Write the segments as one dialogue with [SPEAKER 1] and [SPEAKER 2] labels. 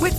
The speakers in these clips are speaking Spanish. [SPEAKER 1] With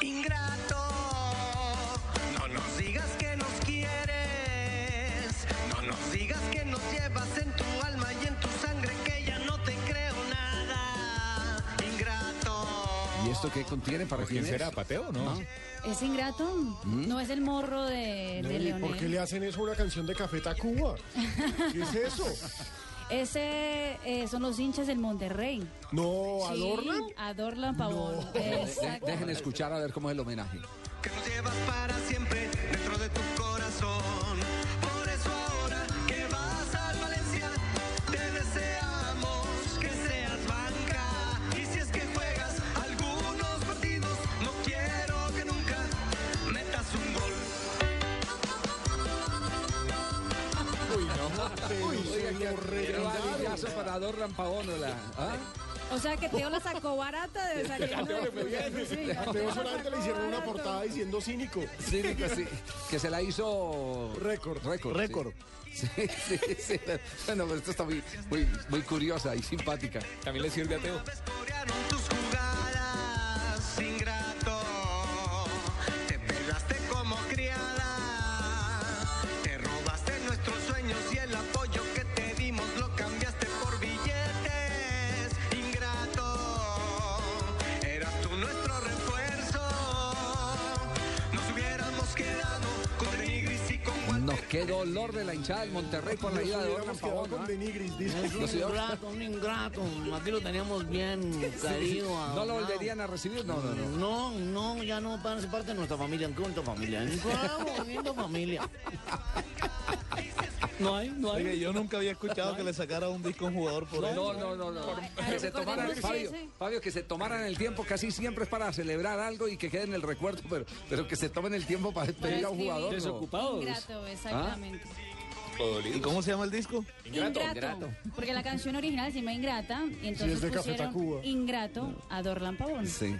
[SPEAKER 2] Ingrato, no nos digas que nos quieres, no nos digas que nos llevas en tu alma y en tu sangre que ya no te creo nada. Ingrato,
[SPEAKER 3] ¿Y esto qué contiene para quién será? ¿Pateo no?
[SPEAKER 4] ¿Es ingrato? ¿No es el morro de, de
[SPEAKER 5] Nelly, ¿Mm? ¿Por qué
[SPEAKER 4] Leonel?
[SPEAKER 5] le hacen eso a una canción de Café Tacuba? ¿Qué es eso?
[SPEAKER 4] Ese eh, son los hinchas del Monterrey.
[SPEAKER 5] ¿No
[SPEAKER 4] Sí,
[SPEAKER 5] adornan?
[SPEAKER 4] Adorlan Pavón.
[SPEAKER 3] De-
[SPEAKER 4] Exacto.
[SPEAKER 3] dejen escuchar a ver cómo es el homenaje.
[SPEAKER 2] que nos llevas para siempre dentro de tu corazón. Por eso ahora que vas al Valencia, te deseamos que seas banca. Y si es que juegas algunos partidos, no quiero que nunca metas un gol.
[SPEAKER 5] Uy, no. Uy, se lo regalaron.
[SPEAKER 3] Valillazo para Adorlan Pavón, hola. ¿Ah?
[SPEAKER 4] O sea que Teo la sacó barata de desayuno. Sí,
[SPEAKER 5] A
[SPEAKER 4] Teo
[SPEAKER 5] Teo
[SPEAKER 4] la
[SPEAKER 5] Solante
[SPEAKER 4] sacó
[SPEAKER 5] le hicieron una
[SPEAKER 4] barata.
[SPEAKER 5] portada diciendo cínico.
[SPEAKER 3] Sí, que, sí, que se la hizo...
[SPEAKER 5] Récord.
[SPEAKER 3] Récord. sí.
[SPEAKER 5] Récord.
[SPEAKER 3] Sí, sí, sí. Bueno, pero esto está muy, muy, muy curiosa y simpática. También le sirve a Teo.
[SPEAKER 2] Descubrearon tus jugadas, ingrato. Te pelaste como criada. Te robaste nuestros sueños y el apoyo que te dimos lo cambiaste por billetes, ingrato. Eras tú nuestro refuerzo. Nos hubiéramos quedado con Nigris y con Walter.
[SPEAKER 3] Nos quedó dolor de la hinchada del Monterrey por la ida de Adorlan
[SPEAKER 5] Hubiéramos quedado
[SPEAKER 3] Pavón.
[SPEAKER 5] con
[SPEAKER 3] ¿ah?
[SPEAKER 5] Denigris, dice.
[SPEAKER 3] Los ciudadanos
[SPEAKER 6] ingrato, un ingrato. Aquí lo teníamos bien querido.
[SPEAKER 3] No lo
[SPEAKER 6] adorado.
[SPEAKER 3] volverían a recibir, no, no, no.
[SPEAKER 6] No, no, ya no van a ser parte de nuestra familia. Qué bonita familia. Qué bonita familia. No hay, no hay.
[SPEAKER 7] Oye, yo nunca había escuchado que le sacara un disco a un jugador por eso.
[SPEAKER 3] No, no, no, no. Que se tomaran,
[SPEAKER 4] recordemos
[SPEAKER 3] Fabio,
[SPEAKER 4] ese.
[SPEAKER 3] Fabio, que se tomaran el tiempo, casi siempre es para celebrar algo y que quede en el recuerdo, pero, pero que se tomen el tiempo para despedir a un
[SPEAKER 4] escribir.
[SPEAKER 3] jugador. no.
[SPEAKER 4] Ingrato, exactamente.
[SPEAKER 7] ¿Y cómo se llama el disco?
[SPEAKER 4] ah, Ingrato, Porque la canción original se llama Ingrata. Y entonces
[SPEAKER 5] de Café
[SPEAKER 4] pusieron
[SPEAKER 5] Tacuba.
[SPEAKER 4] Ingrato a Dorlan Pavón.
[SPEAKER 3] Sí.